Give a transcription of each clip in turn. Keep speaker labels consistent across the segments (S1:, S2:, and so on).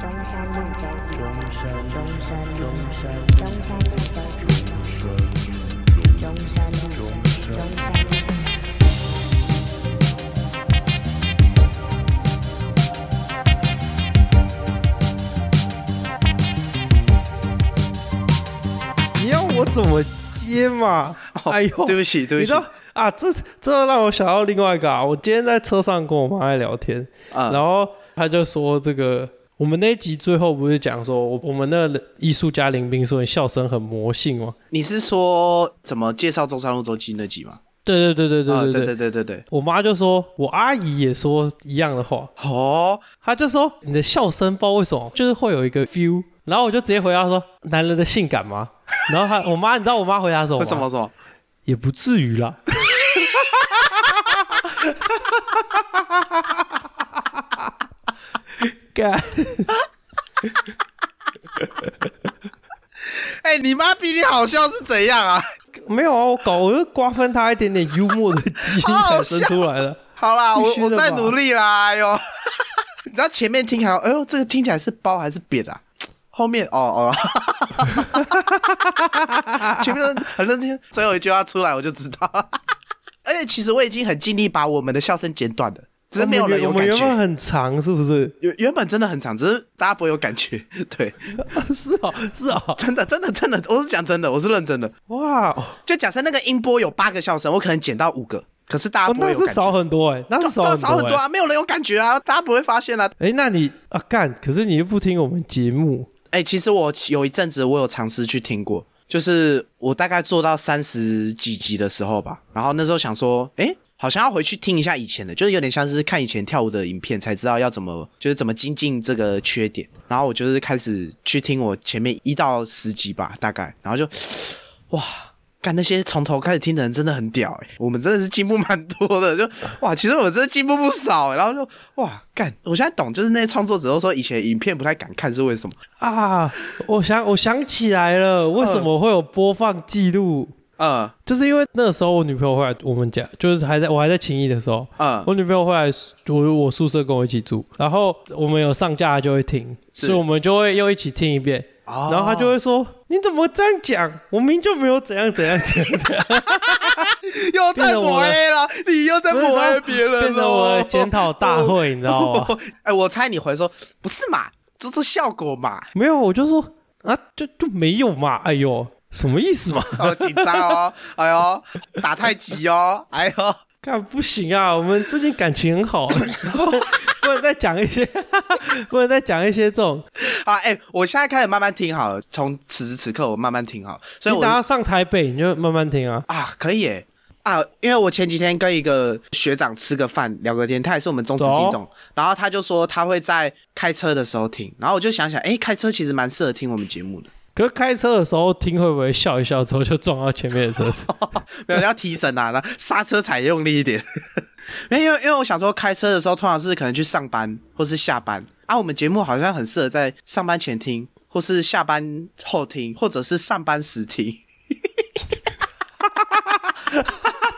S1: 中山路中
S2: 中山路
S1: 中山路
S2: 中山路
S1: 中山路中中山路中山路。
S3: 你要我怎么接嘛？
S4: 哦
S3: 哎呦，
S4: 对不起，对
S3: 你
S4: 不
S3: 知
S4: 起
S3: 道啊，这这让我想到另外一个啊，我今天在车上跟我妈在聊天，
S4: 啊，
S3: 然后她就说这个。我们那一集最后不是讲说，我我们那个艺术家林斌说你笑声很魔性吗？
S4: 你是说怎么介绍中山路周记那集吗？
S3: 对对对对
S4: 啊
S3: 对
S4: 对
S3: 对，
S4: 对对对，
S3: 我妈就说，我阿姨也说一样的话，
S4: 哦，
S3: 她就说你的笑声不知道为什么就是会有一个 feel，然后我就直接回答说男人的性感吗？然后她我妈你知道我妈回答什么吗？
S4: 为什么说？
S3: 也不至于啦。 干，
S4: 哎、你妈比你好笑是怎样 啊？
S3: 没有啊，我搞我就瓜分他一点点幽默的基因
S4: 好好
S3: 产生出来了。
S4: 好啦，我
S3: 必须
S4: 我
S3: 的吧
S4: 在努力啦，哎 呦，你知道前面听起来，哎呦，这个听起来是包还是扁啊？后面哦 哦，前面都很认真，最后一句话出来我就知道。 而且其实我已经很尽力把我们的笑声剪短了，只是没有人有
S3: 我们
S4: 感
S3: 原我们原本很
S4: 觉。
S3: 长，是不是？
S4: 原原本真的很长，只是大家不会有感觉。对，
S3: 是哦，是哦，
S4: 真的真的真的，我是讲真的，我是认真的。
S3: 哇，哦，
S4: 就假设那个音波有八个笑声，我可能剪到五个，可是大家不会
S3: 哦那
S4: 有
S3: 是
S4: 感觉。
S3: 少很多哎，那是
S4: 少
S3: 少很
S4: 很多
S3: 多哎。
S4: 啊，没有人有感觉啊，大家不会发现啊。
S3: 哎，那你啊干，可是你又不听我们节目，
S4: 哎、其实我有一阵子我有尝试去听过，就是我大概做到三十几集的时候吧，然后那时候想说，哎、好像要回去听一下以前的，就是有点像是看以前跳舞的影片，才知道要怎么就是怎么精进这个缺点。然后我就是开始去听我前面一到十集吧，大概，然后就哇。干那些从头开始听的人真的很屌哎、我们真的是进步蛮多的，就哇，其实我真的进步不少、欸，然后就哇干，我现在懂，就是那些创作者都说以前影片不太敢看是为什么，
S3: 啊，我想我想起来了，为什么会有播放记录？
S4: 嗯
S3: 就是因为那个时候我女朋友回来我们家，就是还在我还在情谊的时候，
S4: 嗯
S3: 我女朋友会来宿我我宿舍跟我一起住，然后我们有上架就会听，
S4: 是
S3: 所以我们就会又一起听一遍。
S4: 哦
S3: 然后她就会说：“你怎么这样讲？我明明就没有怎样怎样 怎样，
S4: 又在抹黑了，你又在抹黑别人了，
S3: 变成我的检讨大会，你知道吗？
S4: 哦。哎，我猜你回说不是嘛，做做效果嘛，
S3: 没有，我就说啊，就就没有嘛，哎呦，什么意思嘛？
S4: 好紧张哦， 哎呦，打太极哦，哎呦，
S3: 干不行啊，我们最近感情很好，不能不能再讲一些， 不能再讲一些这种。
S4: 好，哎，我现在开始慢慢听好了，从此时此刻我慢慢听好了，所以
S3: 你
S4: 我
S3: 等她上台北，你就慢慢听啊。
S4: 啊，可以耶啊，因为我前几天跟一个学长吃个饭聊个天，他也是我们忠实听众，然后他就说他会在开车的时候听，然后我就想想，哎，开车其实蛮适合听我们节目的。
S3: 可是开车的时候听会不会笑一笑之后就撞到前面的 车子？
S4: 没有要提神啊，那刹车踩用力一点。 没有，因为因为我想说，开车的时候通常是可能去上班或是下班啊。我们节目好像很适合在上班前听，或是下班后听，或者是上班时听。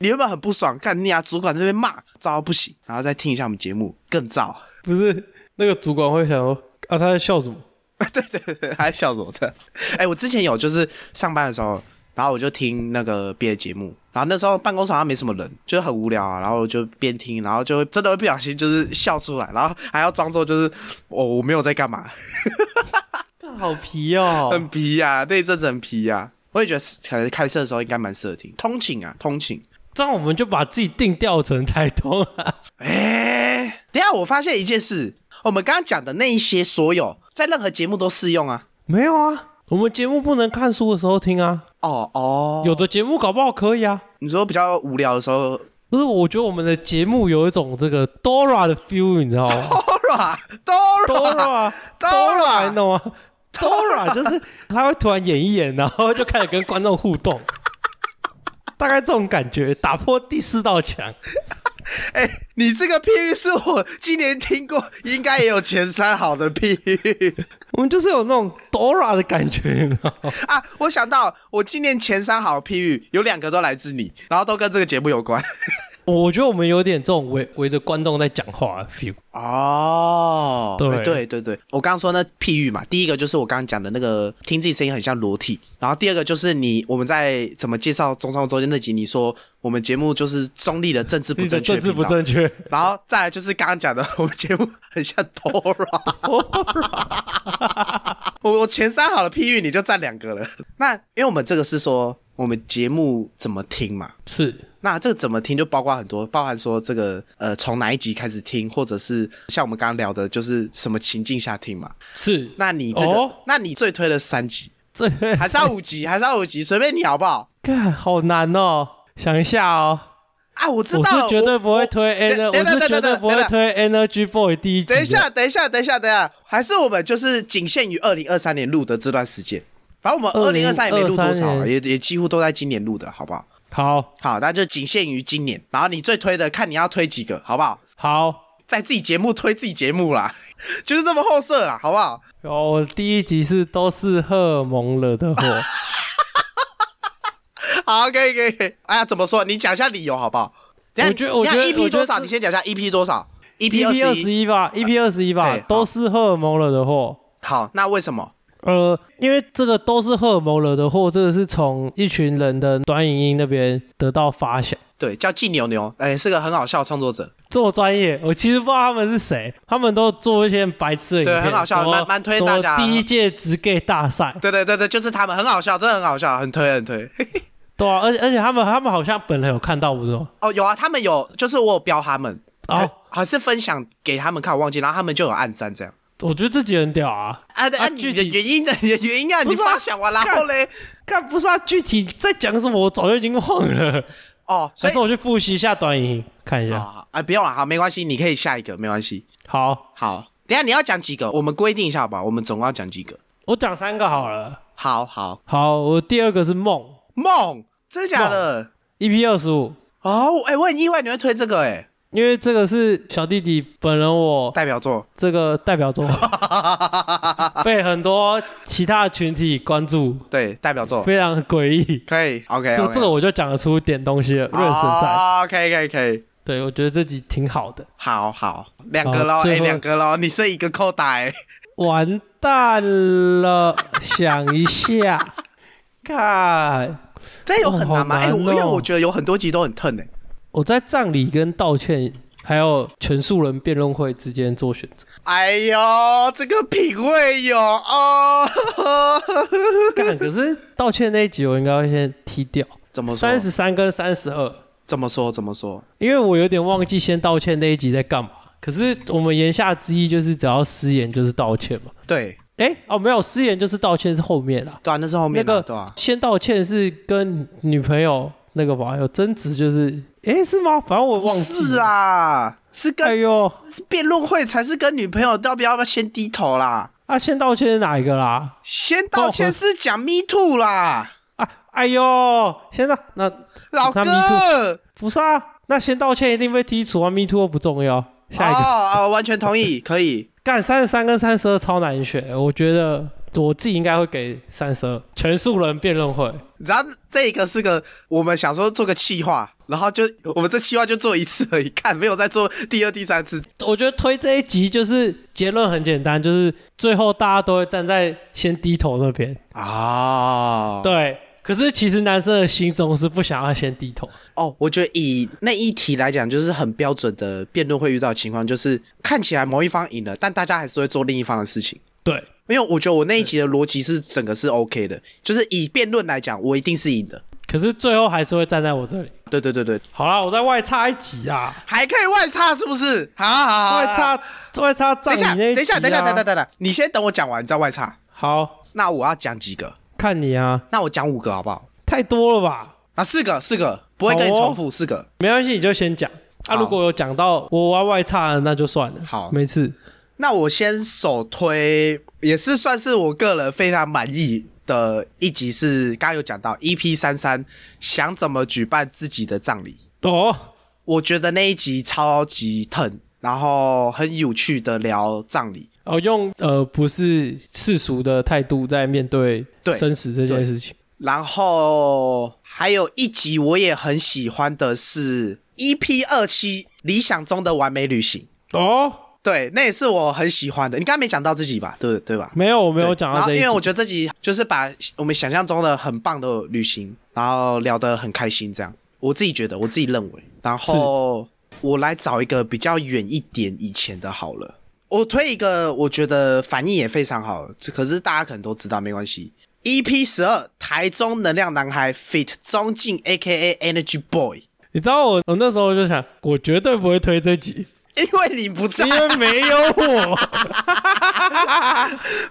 S4: 你有没有很不爽？干你啊！主管在那边骂，糟到不行，然后再听一下我们节目，更糟。
S3: 不是，那个主管会想说啊，他在笑什么？
S4: 还笑什么的？哎、我之前有就是上班的时候，然后我就听那个毕业节目，然后那时候办公室好像没什么人，就是很无聊啊，然后我就边听，然后就会真的会不小心就是笑出来，然后还要装作就是我、我没有在干嘛，
S3: 好皮 哦！
S4: 很皮呀、那一阵子很皮呀、我也觉得是可能开车的时候应该蛮适合听，通勤啊，通勤。
S3: 这样我们就把自己定调成台通啊了。
S4: 哎、等一下我发现一件事，我们刚刚讲的那一些所有，在任何节目都适用啊。
S3: 没有啊，我们节目不能看书的时候听啊，
S4: 哦哦，
S3: 有的节目搞不好可以啊。
S4: 你说比较无聊的时候
S3: 不是，我觉得我们的节目有一种这个 Dora 的 feel，你知道吗
S4: ，Dora，Dora，
S3: ？Dora，Dora，你懂 吗？Dora 就是他会突然演一演，然后就开始跟观众互动， 大概这种感觉，打破第四道墙。
S4: 哎、你这个譬喻是我今年听过，应该也有前三好的譬喻
S3: 我们就是有那种 Dora 的感觉，你知道吗？
S4: 啊！我想到我今年前三好的譬喻有两个都来自你，然后都跟这个节目有关。
S3: 我觉得我们有点这种围围着观众在讲话的 feel。
S4: 哦，
S3: 对
S4: 哎对对对，我刚刚说那譬喻嘛，第一个就是我刚刚讲的那个听自己声音很像裸体，然后第二个就是你我们在怎么介绍中山周间那集，你说我们节目就是中立的政治不正确，
S3: 政治不，正确，
S4: 然后再来就是刚刚讲的我们节目很像 Dora，我我前三好了譬喻你就占两个了，那因为我们这个是说我们节目怎么听嘛，
S3: 是
S4: 那这个怎么听就包括很多，包含说这个呃从哪一集开始听，或者是像我们刚刚聊的，就是什么情境下听嘛。
S3: 是。
S4: 那你这个，
S3: 哦
S4: 那你最推了三集，
S3: 这
S4: 还是要五集，还是要五集，随便你好不好？
S3: 看好难哦，想一下哦，
S4: 啊，我知
S3: 我
S4: 道了，
S3: 是绝对不会推
S4: 我
S3: Ener，
S4: 等
S3: 我是绝对不会。推 Energy Boy 第一集的。
S4: 等一下，等一下，等一下，等一下，还是我们就是仅限于二零二三年录的这段时间。反正我们二零二三年没录多
S3: 2023
S4: 少啊，
S3: 年
S4: 也也几乎都在今年录的，好不好？
S3: 好
S4: 好，那就仅限于今年。然后你最推的，看你要推几个，好不好？
S3: 好，
S4: 在自己节目推自己节目啦， 就是这么后色啦，好不好？
S3: 哦，第一集是都是荷尔蒙惹的祸。
S4: 好，可以可以。可以哎呀，怎么说？你讲一下理由好不好？等一下
S3: 我觉得我觉得
S4: 等一下
S3: 我觉
S4: EP
S3: 得
S4: 多少？
S3: 这
S4: 你先讲一下 EP 多少？E
S3: EP 二十
S4: 一。
S3: 一吧，EP 二十一吧
S4: 哎好，
S3: 都是荷尔蒙惹的祸。
S4: 好，那为什么？
S3: 呃，因为这个都是荷尔蒙惹的祸，这个是从一群人的短影音那边得到发想。
S4: 对，叫季牛牛，哎，是个很好笑的创作者，
S3: 这么专业，我其实不知道他们是谁，他们都做一些白痴的影片，
S4: 对很好笑
S3: 什么
S4: 蛮蛮推大家的
S3: 什么第一届直 gay 大赛，
S4: 对对对对，就是他们，很好笑，真的很好笑，很推很推。
S3: 对啊，而且而且他们他们好像本人有看到，不是吗？
S4: 哦，有啊，他们有，就是我有标他们，
S3: 哦，
S4: 还是分享给他们看，我忘记，然后他们就有暗赞这样。
S3: 我觉得自己很屌啊！
S4: 啊，对啊，
S3: 啊
S4: 你
S3: 具
S4: 的
S3: 体
S4: 原因的，你的原因啊，你
S3: 不是啊
S4: 发想完，然后
S3: 干
S4: 嘞，
S3: 看不是啊，具体在讲什么我早就已经忘了，
S4: 哦，所
S3: 还
S4: 以
S3: 是我去复习一下短影音看一
S4: 啊，
S3: 下。
S4: 好哎，不用了，好，没关系，你可以下一个，没关系。
S3: 好，
S4: 好，等一下你要讲几个？我们规定一下吧，我们总共要讲几个？
S3: 我讲三个好了。
S4: 好好，
S3: 好，我第二个是梦
S4: 梦，真的假的？
S3: EP 二十五，
S4: 哦，哎、我很意外你会推这个、哎，
S3: 因为这个是小弟弟本人我
S4: 代表作。
S3: 这个代表 作，被很多其他的群体关注，
S4: 对，代表作
S3: 非常诡异。
S4: 可以，OK，,
S3: 这
S4: o
S3: 这个我就讲得出点东西了，润神在。
S4: 哦，可以可以可以，
S3: 对，我觉得这集挺好的。
S4: 好好，两个喽，
S3: 好
S4: 哎、
S3: 最后
S4: 两个喽，你剩一个扣打、哎，
S3: 完蛋了，想一 下，看
S4: 这有很难吗？
S3: 哦好
S4: 哎、
S3: 难
S4: 我因为
S3: 哦
S4: 我觉得有很多集都很疼哎、
S3: 我在葬礼跟道歉，还有全素人辩论会之间做 选择。
S4: 哎呦，这个品味有哦，
S3: 干，可是道歉那一集我应该会先踢掉，
S4: 怎么说？
S3: 三十三跟三十二，
S4: 怎么说？怎么说？
S3: 因为我有点忘记先道歉那一集在干嘛。可是我们言下之意就是，只要失言就是道歉嘛。
S4: 对，
S3: 哎，哦，没有，失言就是道歉是后面啦。
S4: 对啊，那是后面的、
S3: 那个
S4: 对啊，
S3: 先道歉是跟女朋友那个吧，有争执就是，哎，是吗？反正我忘记
S4: 是
S3: 了。
S4: 啊，是跟
S3: 哎呦，
S4: 辩论会才是跟女朋友要不要不要先低头啦，
S3: 啊，先道歉是哪一个啦？
S4: 先道
S3: 哦
S4: 歉是讲 me too 啦，
S3: 啊，哎呦，先道那
S4: 老
S3: 那 me
S4: 哥，
S3: 不是啊，那先道歉一定被剔除啊，me too 不重要。下一个，
S4: 哦哦，完全同意，可以，
S3: 干三十三跟三十二超难选，我觉得我自己应该会给三十二，全素人辩论会。
S4: 然后这个是个我们想说做个企划，然后就我们这企划就做一次而已，看没有再做第二、第三次，
S3: 我觉得推这一集就是结论很简单，就是最后大家都会站在先低头那边。
S4: 哦，
S3: 对，可是其实男生的心中是不想要先低头。
S4: 哦，我觉得以那一题来讲，就是很标准的辩论会遇到的情况，就是看起来某一方赢了，但大家还是会做另一方的事情。
S3: 对，
S4: 因为我觉得我那一集的逻辑是整个是 OK 的，就是以辩论来讲，我一定是赢的。
S3: 可是最后还是会站在我这里。
S4: 对对对对，
S3: 好啦，我在外插一集啊，
S4: 还可以外插是不是？好好好，好
S3: 外。插外插站
S4: 等一下，
S3: 你那、啊
S4: 等一啊下，等一下，等一下，等一下等一下，你先等我讲完，你再外插。
S3: 好，
S4: 那我要讲几个？
S3: 看你啊，
S4: 那我讲五个好不好？
S3: 太多了吧？
S4: 啊，四个，四个，不会跟你
S3: 好哦
S4: 重复，四个。
S3: 没关系，你就先讲。啊，
S4: 好
S3: 如果有讲到我要外插的，那就算了。
S4: 好
S3: 没事。
S4: 那我先首推，也是算是我个人非常满意的一集是，刚刚有讲到 EP 三三，想怎么举办自己的葬礼。
S3: 哦，
S4: 我觉得那一集超级疼，然后很有趣的聊葬礼。
S3: 哦，用呃不是世俗的态度在面对
S4: 对
S3: 生死这件事情。
S4: 然后还有一集我也很喜欢的是 EP 二七《理想中的完美旅行》。
S3: 哦，
S4: 对，那也是我很喜欢的。你刚刚没讲到自己吧？对不对吧？
S3: 没有，我没有
S4: 对
S3: 讲
S4: 然
S3: 到
S4: 后
S3: 这一
S4: 因为我
S3: 集。
S4: 觉得这集就是把我们想象中的很棒的旅行，然后聊得很开心，这样我自己觉得，我自己认为。然后我来找一个比较远一点以前的好了，我推一个，我觉得反应也非常好，这可是大家可能都知道，没关系。EP 十二，台中能量男孩 Fit 中进 A.K.A Energy Boy，
S3: 你知道我，我那时候就想，我绝对不会推这集，
S4: 因为你不在
S3: 因，为没有 我。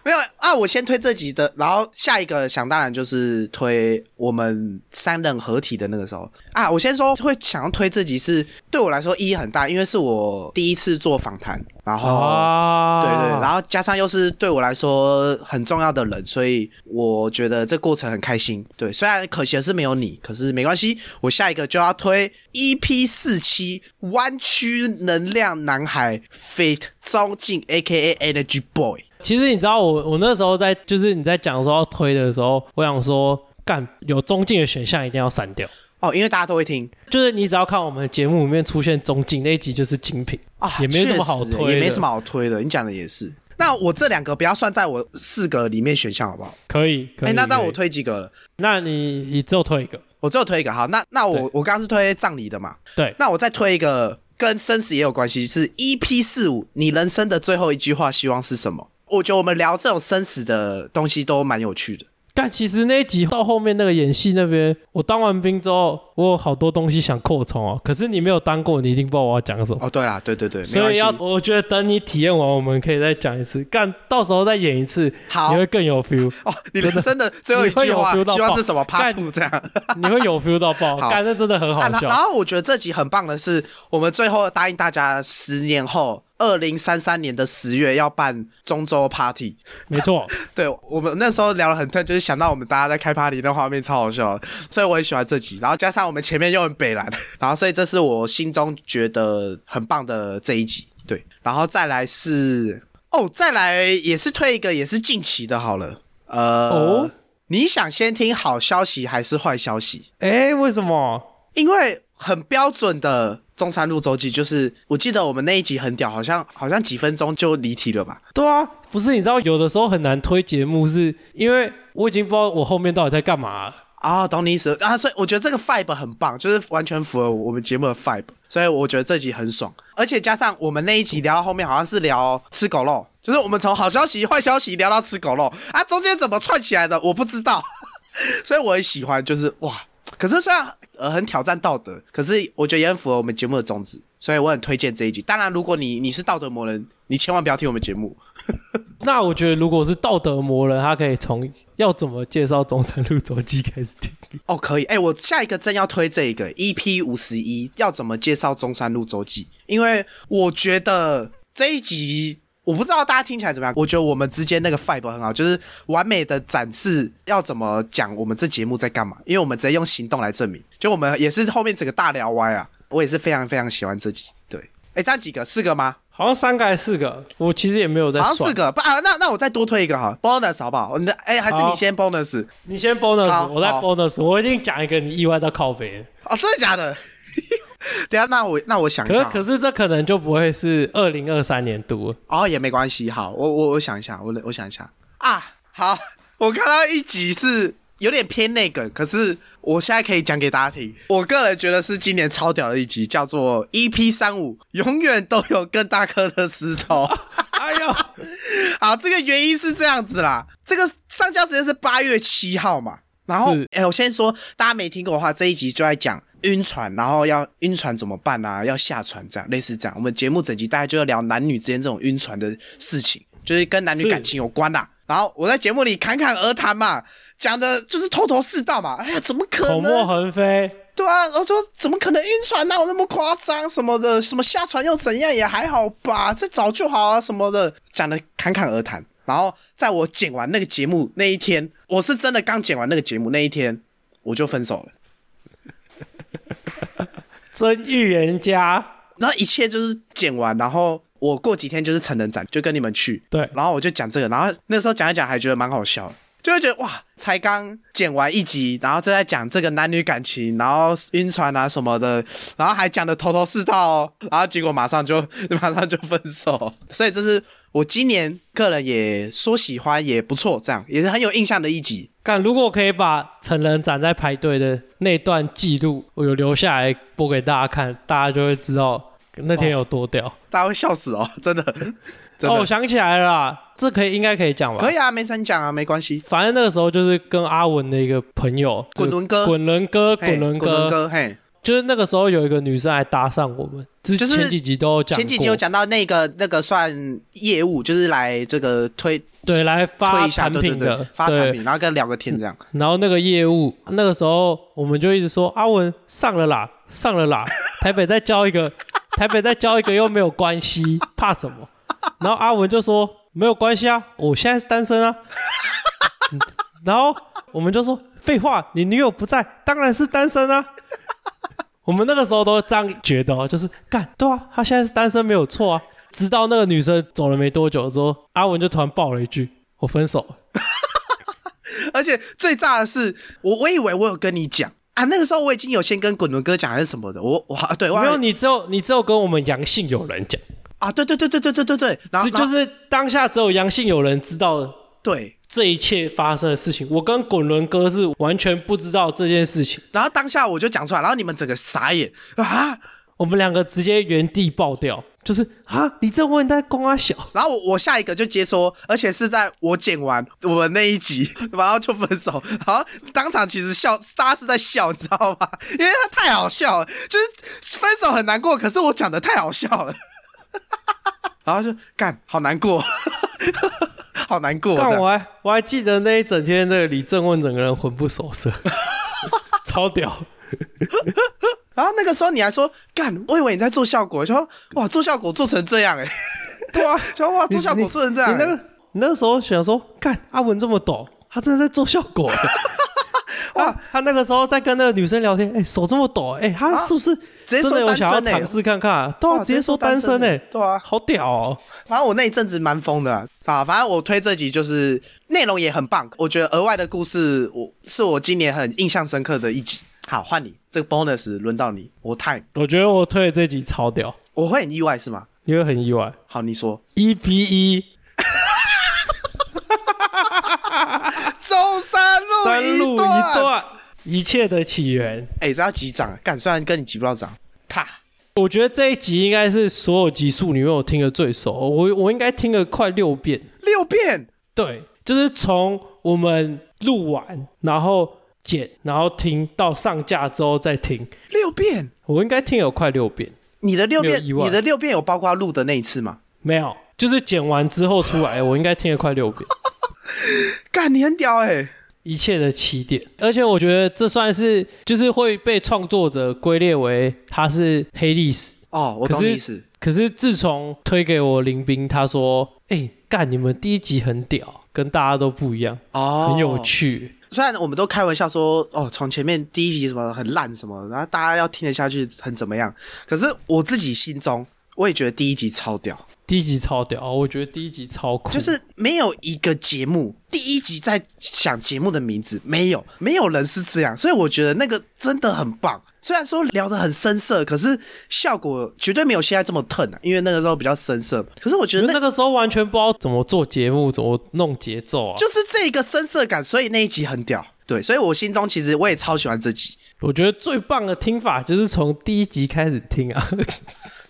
S4: 没有啊，我先推这集的，然后下一个想当然就是推我们三人合体的那个时候啊。我先说会想要推这集是对我来说意义很大，因为是我第一次做访谈，然后、
S3: 啊，
S4: 哦对对，然后加上又是对我来说很重要的人，所以我觉得这过程很开心。对，虽然可惜的是没有你，可是没关系，我下一个就要推 EP 四七弯曲能量男孩 Fit 中进 A.K.A Energy Boy。
S3: 其实你知道我，我那时候在就是你在讲说要推的时候，我想说，干有中进的选项一定要删掉。
S4: 哦，因为大家都会听，
S3: 就是你只要看我们的节目里面出现中进那一集就是精品
S4: 啊，
S3: 也没什么
S4: 确
S3: 好
S4: 实
S3: 推的，
S4: 也没什么好推的。你讲的也是。那我这两个不要算在我四个里面选项好不好？
S3: 可以。可以
S4: 哎、那这样
S3: 可以
S4: 我推几个了？
S3: 那你你只有推一个，
S4: 我只有推一个。好，那那我
S3: 对
S4: 我刚刚是推葬礼的嘛？
S3: 对，
S4: 那我再推一个跟生死也有关系，是 EP 四五，你人生的最后一句话希望是什么？我觉得我们聊这种生死的东西都蛮有趣的。
S3: 但其实那一集到后面那个演戏那边，我当完兵之后，我有好多东西想扩充哦。可是你没有当过，你一定不知道我要讲什么。
S4: 哦，对啦，对对对，没
S3: 所
S4: 关
S3: 以
S4: 系
S3: 要，我觉得等你体验完，我们可以再讲一次，干到时候再演一次，
S4: 好
S3: 你会更有 feel，
S4: 哦，你人生的最后一句话
S3: 你会有 feel 到
S4: 希望是
S3: 爆
S4: 什么？Part
S3: 干
S4: Two 这样。
S3: 你会有 feel 到爆，
S4: 好
S3: 干这真的很好
S4: 啊，然
S3: 笑。
S4: 然后我觉得这集很棒的是，我们最后答应大家，十年后，二零三三年的十月要办中州 party。
S3: 没错，
S4: 对我们那时候聊得很特，就是想到我们大家在开 party 那画面超好笑的，所以我很喜欢这集。然后加上我们前面又很北蓝， 然后所以这是我心中觉得很棒的这一集。对，然后再来是哦，再来也是推一个也是近期的好了。呃，
S3: 哦
S4: 你想先听好消息还是坏消息？
S3: 哎，为什么？
S4: 因为很标准的中山路周记，就是我记得我们那一集很屌，好像好像几分钟就离题了吧？
S3: 对啊，不是你知道，有的时候很难推节目是，因为我已经不知道我后面到底在干嘛了。
S4: 啊、懂你意思啊，所以我觉得这个 vibe 很棒，就是完全符合我们节目的 vibe，所以我觉得这集很爽，而且加上我们那一集聊到后面好像是聊吃狗肉，就是我们从好消息、坏消息聊到吃狗肉啊，中间怎么串起来的我不知道， 所以我很喜欢，就是哇，可是虽然呃很挑战道德，可是我觉得也很符合我们节目的宗旨，所以我很推荐这一集。当然，如果你你是道德魔人，你千万不要听我们节目，
S3: 那我觉得，如果是道德魔人，他可以从要怎么介绍中山路走机开始听。
S4: 哦，可以，哎、我下一个正要推这一个 EP 五十一，要怎么介绍中山路周记？因为我觉得这一集，我不知道大家听起来怎么样，我觉得我们之间那个 vibe 很好，就是完美的展示要怎么讲我们这节目在干嘛，因为我们直接用行动来证明，就我们也是后面整个大聊歪啊，我也是非常非常喜欢这集，对，哎、这样几个，四个吗？
S3: 好像三个还是四个，我其实也没有在
S4: 好像
S3: 算。
S4: 四，个，不啊，那那我再多推一个哈，bonus 好不好？你的哎、还是你
S3: 好
S4: 先 bonus
S3: 你先
S4: 好
S3: bonus，我再
S4: 好
S3: bonus，我一定讲一个你意外到靠北的。
S4: 哦，真的假的？ 等一下，那我那我想一
S3: 可
S4: 下哦
S3: 是
S4: 好了。
S3: 可是这可能就不会是二零二三年度了。
S4: 哦，也没关系。好，我我我想一下，我我想一下啊。好， 我看到一集是有点偏那个，可是我现在可以讲给大家听。我个人觉得是今年超屌的一集，叫做 EP 三五，永远都有更大颗的石头。
S3: 哎呦，
S4: 好，这个原因是这样子啦，这个上架时间是八月七号嘛。然后
S3: 是，
S4: 哎、我先说，大家没听过的话，这一集就在讲晕船，然后要晕船怎么办啊？要下船这样，类似这样。我们节目整集大概就要聊男女之间这种晕船的事情，就是跟男女
S3: 是
S4: 感情有关啦、然后我在节目里侃侃而谈嘛，讲的就是头头是道嘛。哎呀，怎么可
S3: 口
S4: 能？
S3: 沫横飞，
S4: 对啊，我说怎么可能晕船啊哪有那么夸张什么的，什么下船又怎样也还好吧，这早就好啊什么的，讲的侃侃而谈。然后在我剪完那个节目那一天，我是真的刚剪完那个节目那一天，我就分手了。
S3: 真预言家。
S4: 然后一切就是剪完，然后我过几天就是成人展，就跟你们去。
S3: 对
S4: 然后我就讲这个，然后那时候讲一讲还觉得蛮好笑的，就会觉得哇，才刚剪完一集，然后正在讲这个男女感情，然后晕船啊什么的，然后还讲的头头是道、哦，然后结果马上就 马上就分手，所以这是我今年个人也说喜欢也不错，这样也是很有印象的一集。
S3: 看，如果我可以把成人展在排队的那段记录，我有留下来播给大家看，大家就会知道那天有多屌。
S4: 大家会笑死哦，真的，真的、
S3: 哦，我想起来了啦，这可以应该可以讲吧？
S4: 可以啊，没三讲啊，没关系。
S3: 反正那个时候就是跟阿文的一个朋友，
S4: 滚轮哥
S3: 就是滚轮哥，
S4: 嘿
S3: 滚轮
S4: 滚轮
S3: 哥，
S4: 哥，嘿，
S3: 就是那个时候有一个女生来搭讪我们，之
S4: 就是
S3: 前几集都有讲过，
S4: 前几集有讲到那个那个算业务，就是来这个推
S3: 对，来
S4: 推
S3: 发
S4: 一下，
S3: 产
S4: 对对
S3: 品
S4: 对
S3: 的，，
S4: 发产
S3: 对
S4: 品，然后跟他聊个天 这样。
S3: 然后那个业务，那个时候我们就一直说阿文上了啦，上了啦， 台北再交一个， 台北再交一个又没有关系，怕什么？然后阿文就说没有关系啊，我现在是单身啊。 然后我们就说废话，你女友不在，当然是单身啊。 我们那个时候都这样觉得哦，就是干对啊，他现在是单身没有错啊。直到那个女生走了没多久之后，阿文就突然爆了一句：“我分手了。”
S4: 而且最炸的是，我我以为我有跟你讲啊，那个时候我已经有先跟滚轮哥讲还是什么的，我我啊对，我还
S3: 没有，你只有你只有跟我们阳性友人讲，
S4: 啊，对对对对对对对对，然后
S3: 是就
S4: 然后
S3: 是当下只有阳性友人知道
S4: 对，
S3: 这一切发生的事情。我跟滚轮哥是完全不知道这件事情，
S4: 然后当下我就讲出来，然后你们整个傻眼啊，
S3: 我们两个直接原地爆掉，就是啊，你这问在公阿小，
S4: 然后我我下一个就接说，而且是在我剪完我们那一集， 然后就分手，然后当场其实笑，大家是在笑，你知道吗？因为他太好笑了，就是分手很难过，可是我讲的太好笑了， 然后就干好难过， 好难过，这
S3: 但
S4: 样
S3: 我还我还记得那一整天，那个李正问整个人魂不守 舍，超屌。
S4: 然后那个时候你还说干，我以为你在做效果，就说哇做效果做成这样哎、欸，
S3: 对啊，
S4: 就说哇做效果做成这样、
S3: 你那
S4: 欸，
S3: 个你那个时候想说，看阿文这么抖，他真的在做效 果。哇，他那个时候在跟那个女生聊天，哎、手这么抖，哎、他是不是
S4: 啊接
S3: 真
S4: 说
S3: 的有想要
S4: 单身欸
S3: 尝试看看、啊？对啊，
S4: 哇
S3: 直接说单身哎、
S4: 欸对啊，
S3: 好屌哦！
S4: 反正我那一阵子蛮疯的啊啊，反正我推这集就是内容也很棒，我觉得额外的故事我是我今年很印象深刻的一集。好，换你，这个 bonus 轮到你，我 time，
S3: 我觉得我推的这集超屌，
S4: 我会很意外是吗？
S3: 你会很意外。
S4: 好，你说，
S3: EP 一
S4: 中山路
S3: 三路一
S4: 段，
S3: 段，一切的起源。
S4: 哎、这要几掌啊？干，虽然跟你挤不到掌，啪，
S3: 我觉得这一集应该是所有集数里面我听的最熟，我我应该听了快六遍。
S4: 六遍，
S3: 对，就是从我们录完，然后剪，然后听到上架之后再听，
S4: 六遍，
S3: 我应该听有快六遍，
S4: 你的六遍，
S3: 没有意外
S4: 你的六遍有包括录的那一次吗？
S3: 没有，就是剪完之后出来，我应该听了快六遍。
S4: 干，你很屌哎、
S3: 一切的起点，而且我觉得这算是就是会被创作者归列为它是黑历史。
S4: 哦，我
S3: 可
S4: 懂你
S3: 是
S4: 意思，
S3: 可是自从推给我林斌，他说：“哎、干，你们第一集很屌，跟大家都不一样，
S4: 哦，
S3: 很有趣。
S4: 虽然我们都开玩笑说，哦，从前面第一集什么很烂什么，然后大家要听得下去很怎么样，可是我自己心中我也觉得第一集超屌，
S3: 第一集超屌，我觉得第一集超酷，
S4: 就是没有一个节目第一集在想节目的名字，没有，没有人是这样，所以我觉得那个真的很棒。虽然说聊得很深色，可是效果绝对没有现在这么疼啊，因为那个时候比较深色。可是我觉
S3: 因
S4: 得
S3: 为
S4: 那
S3: 那个时候完全不知道怎么做节目，怎么弄节奏啊。
S4: 就是这个深色感，所以那一集很屌。对，所以我心中其实我也超喜欢这集，
S3: 我觉得最棒的听法就是从第一集开始听 啊。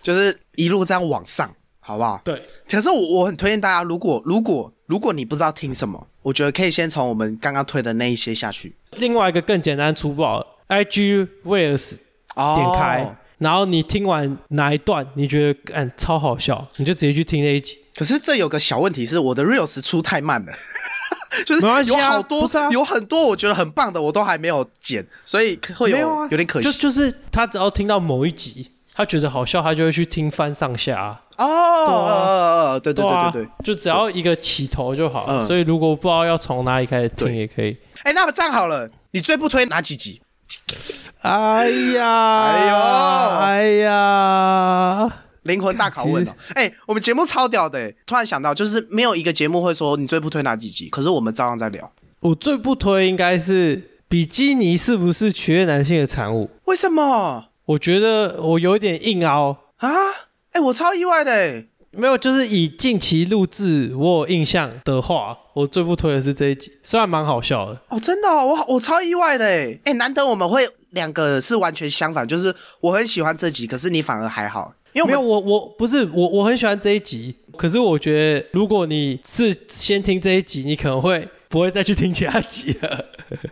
S4: 就是一路这样往上，好不好？
S3: 对，
S4: 可是我我很推荐大家，如果如果如果你不知道听什么，我觉得可以先从我们刚刚推的那一些下去。
S3: 另外一个更简单粗暴，IG Rails
S4: 哦
S3: 点开，然后你听完哪一段你觉得嗯超好笑，你就直接去听那一集。
S4: 可是这有个小问题是，我的 reels 出太慢了， 就是
S3: 没关系
S4: 有
S3: 啊
S4: 好多、
S3: 不是啊
S4: 有很多我觉得很棒的，我都还没有剪，所以会有
S3: 没有啊，
S4: 点可
S3: 就
S4: 惜。
S3: 就是他只要听到某一集，他觉得好笑，他就会去听翻上下、啊。
S4: 哦，呃呃对对对对对
S3: 啊。，就只要一个起头就好。
S4: 嗯
S3: 所以如果不知道要从哪里开始听，
S4: 对
S3: 也可以。
S4: 哎、那么这样好了，你最不推哪几集？
S3: 哎呀，
S4: 哎呦
S3: 哎呀，
S4: 灵魂大拷问哦！哎、我们节目超屌的、哎突然想到，就是没有一个节目会说你最不推哪几集，可是我们照样在聊。
S3: 我最不推应该是比基尼是不是取悦男性的产物？
S4: 为什么
S3: 我觉得我有一点硬凹，
S4: 啊？哎、我超意外的、欸，
S3: 没有，就是以近期录制我有印象的话，我最不推的是这一集，虽然蛮好笑的。
S4: 哦，真的、哦，我好我超意外的哎，哎，难得我们会两个是完全相反，就是我很喜欢这集，可是你反而还好，因为
S3: 没有，
S4: 我们
S3: 我我不是我我很喜欢这一集，可是我觉得如果你是先听这一集，你可能会不会再去听其他集 了。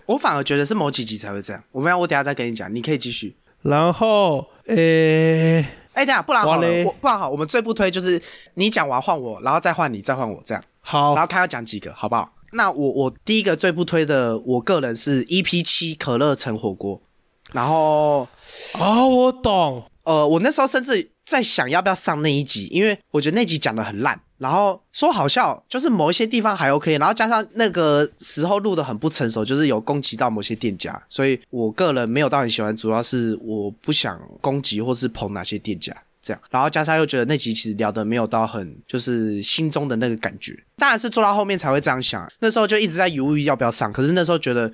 S4: 我反而觉得是某几集才会这样。我们要我等一下再跟你讲，你可以继续。
S3: 然后，诶、
S4: 哎，等一下不然好
S3: 哇
S4: 了，
S3: 嘞
S4: 我不然好，我们最不推就是你讲完换我，然后再换你，再换我这样，
S3: 好
S4: 然，后看要讲几个，好不好？那我我第一个最不推的，我个人是 EP 七可乐城火锅，然后
S3: 哦，我懂，
S4: 呃，我那时候甚至在想要不要上那一集，因为我觉得那集讲的很烂，然后说好笑，就是某一些地方还 OK，然后加上那个时候录的很不成熟，就是有攻击到某些店家，所以我个人没有到很喜欢，主要是我不想攻击或是捧哪些店家。这样，然后加上又觉得那集其实聊的没有到很，就是心中的那个感觉。当然是做到后面才会这样想，那时候就一直在犹豫要不要上，可是那时候觉得，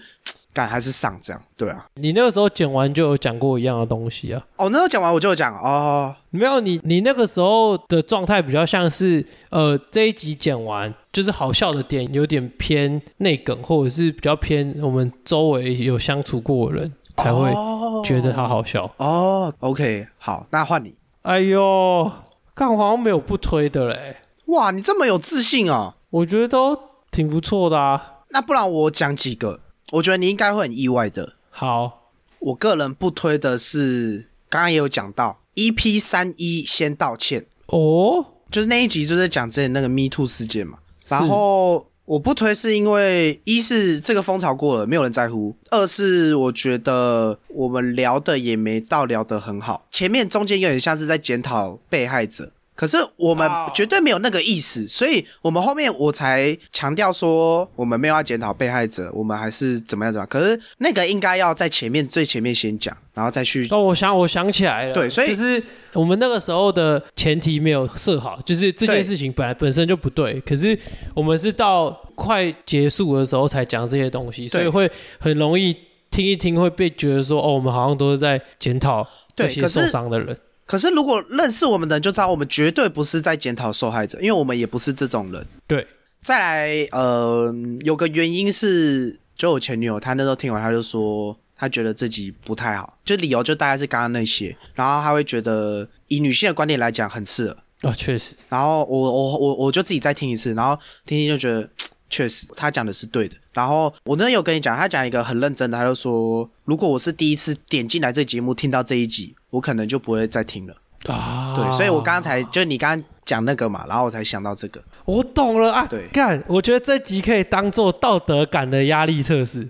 S4: 感还是上这样，对啊。
S3: 你那个时候剪完就有讲过一样的东西啊。
S4: 哦，那时候讲完我就有讲哦，
S3: 没有你，你那个时候的状态比较像是，呃，这一集剪完就是好笑的点有点偏内梗，或者是比较偏我们周围有相处过的人才会
S4: 哦
S3: 觉得它好笑。
S4: 哦，OK，好，那换你。
S3: 哎呦，干我好像没有不推的嘞，
S4: 哇，你这么有自信哦。
S3: 我觉得都挺不错的啊。
S4: 那不然我讲几个，我觉得你应该会很意外的。
S3: 好，
S4: 我个人不推的是，刚刚也有讲到 EP 三一先道歉，
S3: 哦，
S4: 就是那一集就是讲之前那个 Me Too 事件嘛。然后我不推是因为一是这个风潮过了，没有人在乎；二是我觉得我们聊的也没到聊得很好，前面中间有点像是在检讨被害者。可是我们
S3: 哦
S4: 绝对没有那个意思，所以我们后面我才强调说，我们没有要检讨被害者，我们还是怎么样怎么样。可是那个应该要在前面最前面先讲，然后再去
S3: 哦，我想我想起来了，
S4: 对所以
S3: 就是我们那个时候的前提没有设好，就是这
S4: 对
S3: 件事情本来本身就不对，可是我们是到快结束的时候才讲这些东西，所以会很容易听一听会被觉得说，哦，我们好像都是在检讨
S4: 对
S3: 这些
S4: 可是
S3: 受伤的人。
S4: 可是如果认识我们的人就知道，我们绝对不是在检讨受害者，因为我们也不是这种人。
S3: 对，
S4: 再来，呃，有个原因是，就我前女友，她那时候听完，她就说她觉得自呃己不太好，就理由就大概是刚刚那些，然后她会觉得以女性的观点来讲很刺耳。
S3: 啊，确实，
S4: 然后我我我我就自己再听一次，然后听听就觉得确实他讲的是对的。然后我那天有跟你讲，他讲一个很认真的，他就说，如果我是第一次点进来这节目听到这一集，我可能就不会再听了。
S3: 啊，
S4: 对，所以我刚才就你刚刚讲那个嘛，然后我才想到这个。
S3: 我懂了啊
S4: 对，
S3: 干，我觉得这集可以当做道德感的压力测试。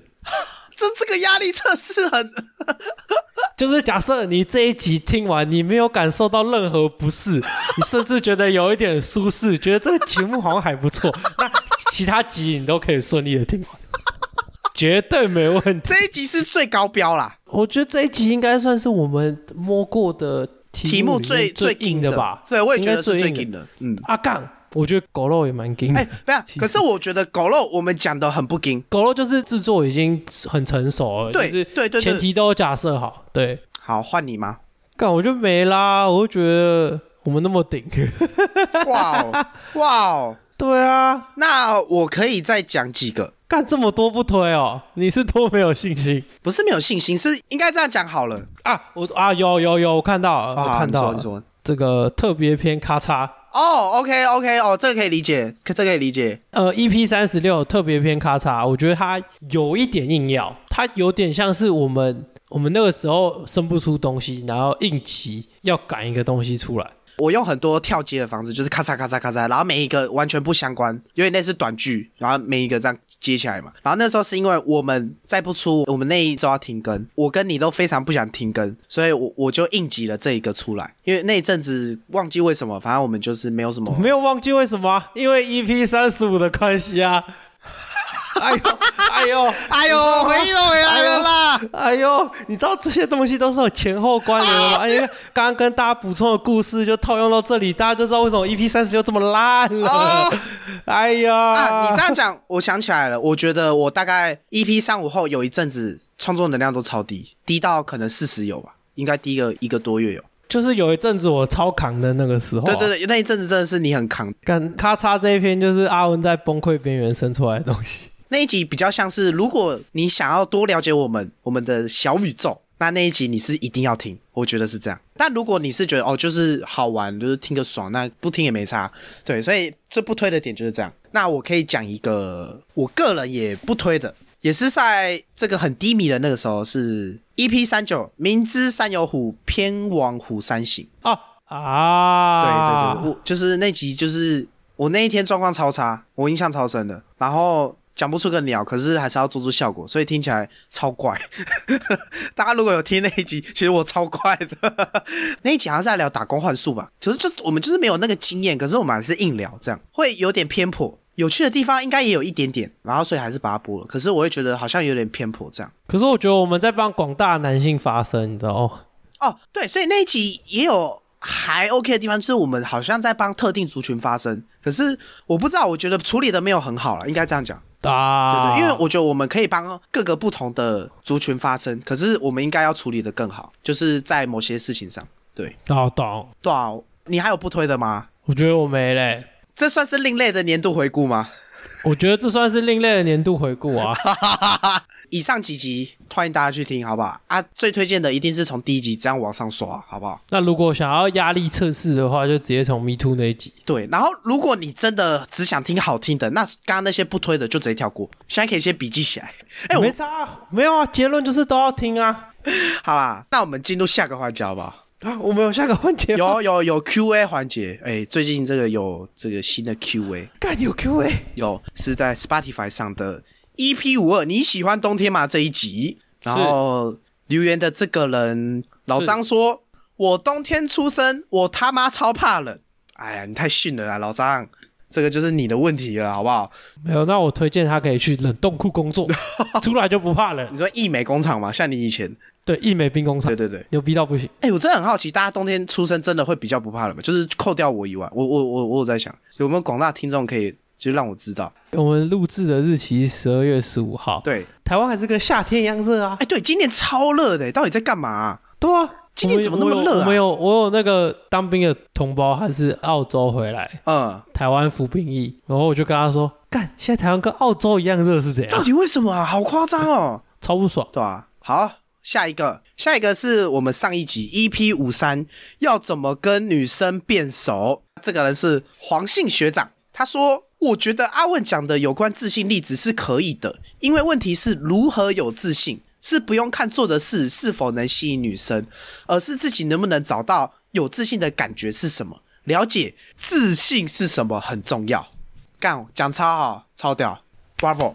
S4: 这这个压力测试很，
S3: 就是假设你这一集听完，你没有感受到任何不 适，你甚至觉得有一点舒适，觉得这个节目好像还不 错，那其他集你都可以顺利的 听完，绝对没问题。
S4: 这一集是最高标啦。
S3: 我觉得这一集应该算是我们摸过的
S4: 题
S3: 题
S4: 目
S3: 里面
S4: 最
S3: 最
S4: 硬
S3: 的吧？
S4: 对，我也觉得是
S3: 应该
S4: 最
S3: 硬嗯
S4: 硬的。嗯，
S3: 阿杠，我觉得狗肉也蛮硬的。
S4: 哎，没有，可是我觉得狗肉我们讲的很不硬。
S3: 狗肉就是制作已经很成熟了，
S4: 对
S3: 就是
S4: 对对对
S3: 前提都假设好，对。
S4: 好，换你吗？
S3: 干我就没啦，我就觉得我们那么顶。
S4: 哇哦，哇哦，
S3: 对啊，
S4: 那我可以再讲几个。
S3: 干这么多不推哦，你是多没有信心
S4: 不是没有信心，是应该这样讲好了。
S3: 啊？我啊有有有，我看到了，
S4: 哦好
S3: 我看到
S4: 你说，你说。
S3: 这个特别篇咔嚓，
S4: 哦，OK OK，哦，这个可以理解，可这个可以理解。
S3: 呃，EP 三十六特别篇咔嚓，我觉得它有一点硬要，它有点像是我们我们那个时候生不出东西，然后硬急要赶一个东西出来。
S4: 我用很多跳接的方式，就是咔嚓咔嚓咔嚓，然后每一个完全不相关，有点类似短剧，然后每一个这样接起来嘛。然后那时候是因为我们再不出，我们那一周要停更，我跟你都非常不想停更，所以我我就应急了这一个出来。因为那一阵子忘记为什么，反正我们就是没有什么
S3: 没 E 有忘记为什么啊、因为 EP 三十五的关系啊。哎呦，哎哎呦，
S4: 哎呦，回忆都回来了啦！
S3: 哎呦，你知道这些东西都是有前后关联的吗？
S4: 啊
S3: 哎因为刚刚跟大家补充的故事就套用到这里，大家就知道为什么 EP 三十六这么烂了。
S4: 哦
S3: 哎呀，
S4: 啊，你这样讲，我想起来了。我觉得我大概 EP 三五后有一阵子创作能量都超低，低到可能四十有吧，应该低个一个多月有。
S3: 就是有一阵子我超扛的那个时候、啊，
S4: 对对对，那一阵子真的是你很扛。
S3: 干咔嚓这一篇就是阿文在崩溃边缘生出来的东西。
S4: 那一集比较像是，如果你想要多了解我们我们的小宇宙，那那一集你是一定要听，我觉得是这样。但如果你是觉得哦，就是好玩，就是听个爽，那不听也没差。对，所以这不推的点就是这样。那我可以讲一个，我个人也不推的，也是在这个很低迷的那个时候，是 EP 三九，明知山有虎，偏往虎山行。
S3: 哦啊，
S4: 对对对，我就是那集，就是我那一天状况超差，我印象超深的，然后讲不出个鸟，可是还是要做出效果，所以听起来超怪。 大家如果有听那一集，其实我超怪的。 那一集好像是在聊打工换宿吧，就是就我们就是没有那个经验，可是我们还是硬聊，这样会有点偏颇。有趣的地方应该也有一点点，然后所以还是把它播了。可是我会觉得好像有点偏颇这样。
S3: 可是我觉得我们在帮广大男性发声，你知道吗？
S4: 哦，对，所以那一集也有还 OK 的地方，就是我们好像在帮特定族群发声，可是我不知道，我觉得处理的没有很好了，应该这样讲，对
S3: 啊，
S4: 对，因为我觉得我们可以帮各个不同的族群发声，可是我们应该要处理的更好，就是在某些事情上，对，
S3: 我懂，
S4: 对啊，你还有不推的吗？
S3: 我觉得我没嘞。
S4: 这算是另类的年度回顾吗？
S3: 我觉得这算是另类的年度回顾啊！
S4: 以上几集欢迎大家去听，好不好？啊，最推荐的一定是从第一集这样往上刷，好不好？
S3: 那如果想要压力测试的话，就直接从 Me Too 那一集。
S4: 对，然后如果你真的只想听好听的，那刚刚那些不推的就直接跳过，现在可以先笔记起来。 哎，我
S3: 没差啊、没有啊，结论就是都要听啊！
S4: 好啦，那我们进入下个环节好不好？
S3: 啊，我们有下个环节吗，
S4: 有有有 Q&A 环节，哎，最近这个有这个新的 Q&A，
S3: 干有 Q&A，
S4: 有是在 Spotify 上的 EP 五二，你喜欢冬天吗？这一集，然后留言的这个人老张说：“我冬天出生，我他妈超怕冷。”哎呀，你太逊了啊，老张，这个就是你的问题了，好不好？
S3: 没有？那我推荐他可以去冷冻库工 作，出来就不怕冷
S4: 你。说易美工厂嘛，像你以前，
S3: 对，一美兵工厂
S4: 对，对对。
S3: 牛逼到不行。
S4: 哎、我真的很好奇，大家冬天出生真的会比较不怕冷吗？就是扣掉我以外，我我我我有在想，有没有广大听众可以就让我知道？
S3: 我们录制的日期十二月十五号，，
S4: 对，
S3: 台湾还是跟夏天一样热啊
S4: 哎、。对，今年超热的，到底在干嘛啊、
S3: 对啊，
S4: 今天怎么那么热啊
S3: 我有我有我有那个当兵的同胞，他是澳洲回来，
S4: 嗯，
S3: 台湾服兵役，然后我就跟他说，干，现在台湾跟澳洲一样热是怎
S4: 到
S3: 样？
S4: 底为什么啊？好夸张哦，
S3: 超不爽。
S4: 对吧、好，下一个，下一个是我们上一集 EP 五三要怎么跟女生变熟，这个人是黄姓学长，他说。我觉得阿问讲的有关自信例子是可以的，因为问题是如何有自信，是不用看做的事是否能吸引女生，而是自己能不能找到有自信的感觉是什么，了解自信是什么很重要。干，讲超好，超屌，bravo，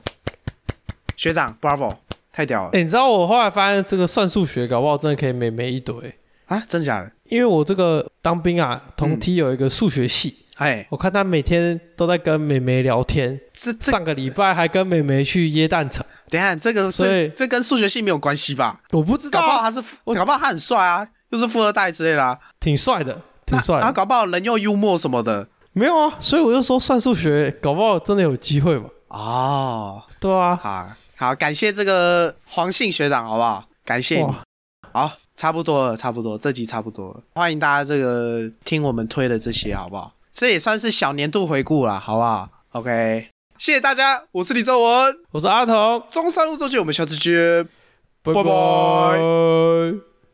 S4: 学长，bravo，太屌了。
S3: 哎、你知道我后来发现这个算数学搞不好真的可以美美一堆，
S4: 啊，真的假的？
S3: 因为我这个当兵啊，
S4: 嗯
S3: 同梯有一个数学系，
S4: 哎，
S3: 我看他每天都在跟美眉聊天，
S4: 这这
S3: 上个礼拜还跟美眉去椰蛋城，
S4: 等一下这个
S3: 所以
S4: 这这跟数学系没有关系吧？
S3: 我不知道
S4: 搞不好
S3: 啊，
S4: 他是富，
S3: 我
S4: 搞不好他很帅啊，又是富二代之类的、啊，
S3: 挺帅的，挺帅
S4: 然后
S3: 的，
S4: 搞不好人又幽默什么的。
S3: 没有啊，所以我就说算数学搞不好真的有机会嘛，
S4: 哦，
S3: 对啊，
S4: 好好，感谢这个黄姓学长，好不好？感谢你。
S3: 哇，
S4: 好，差不多了，差不多，这集差不多了。欢迎大家这个听我们推的这些，好不好？这也算是小年度回顾啦，好不好？OK，谢谢大家，我是李正文，
S3: 我是阿童，
S4: 中山路周记，我们下次见。
S3: 拜
S4: 拜
S3: 拜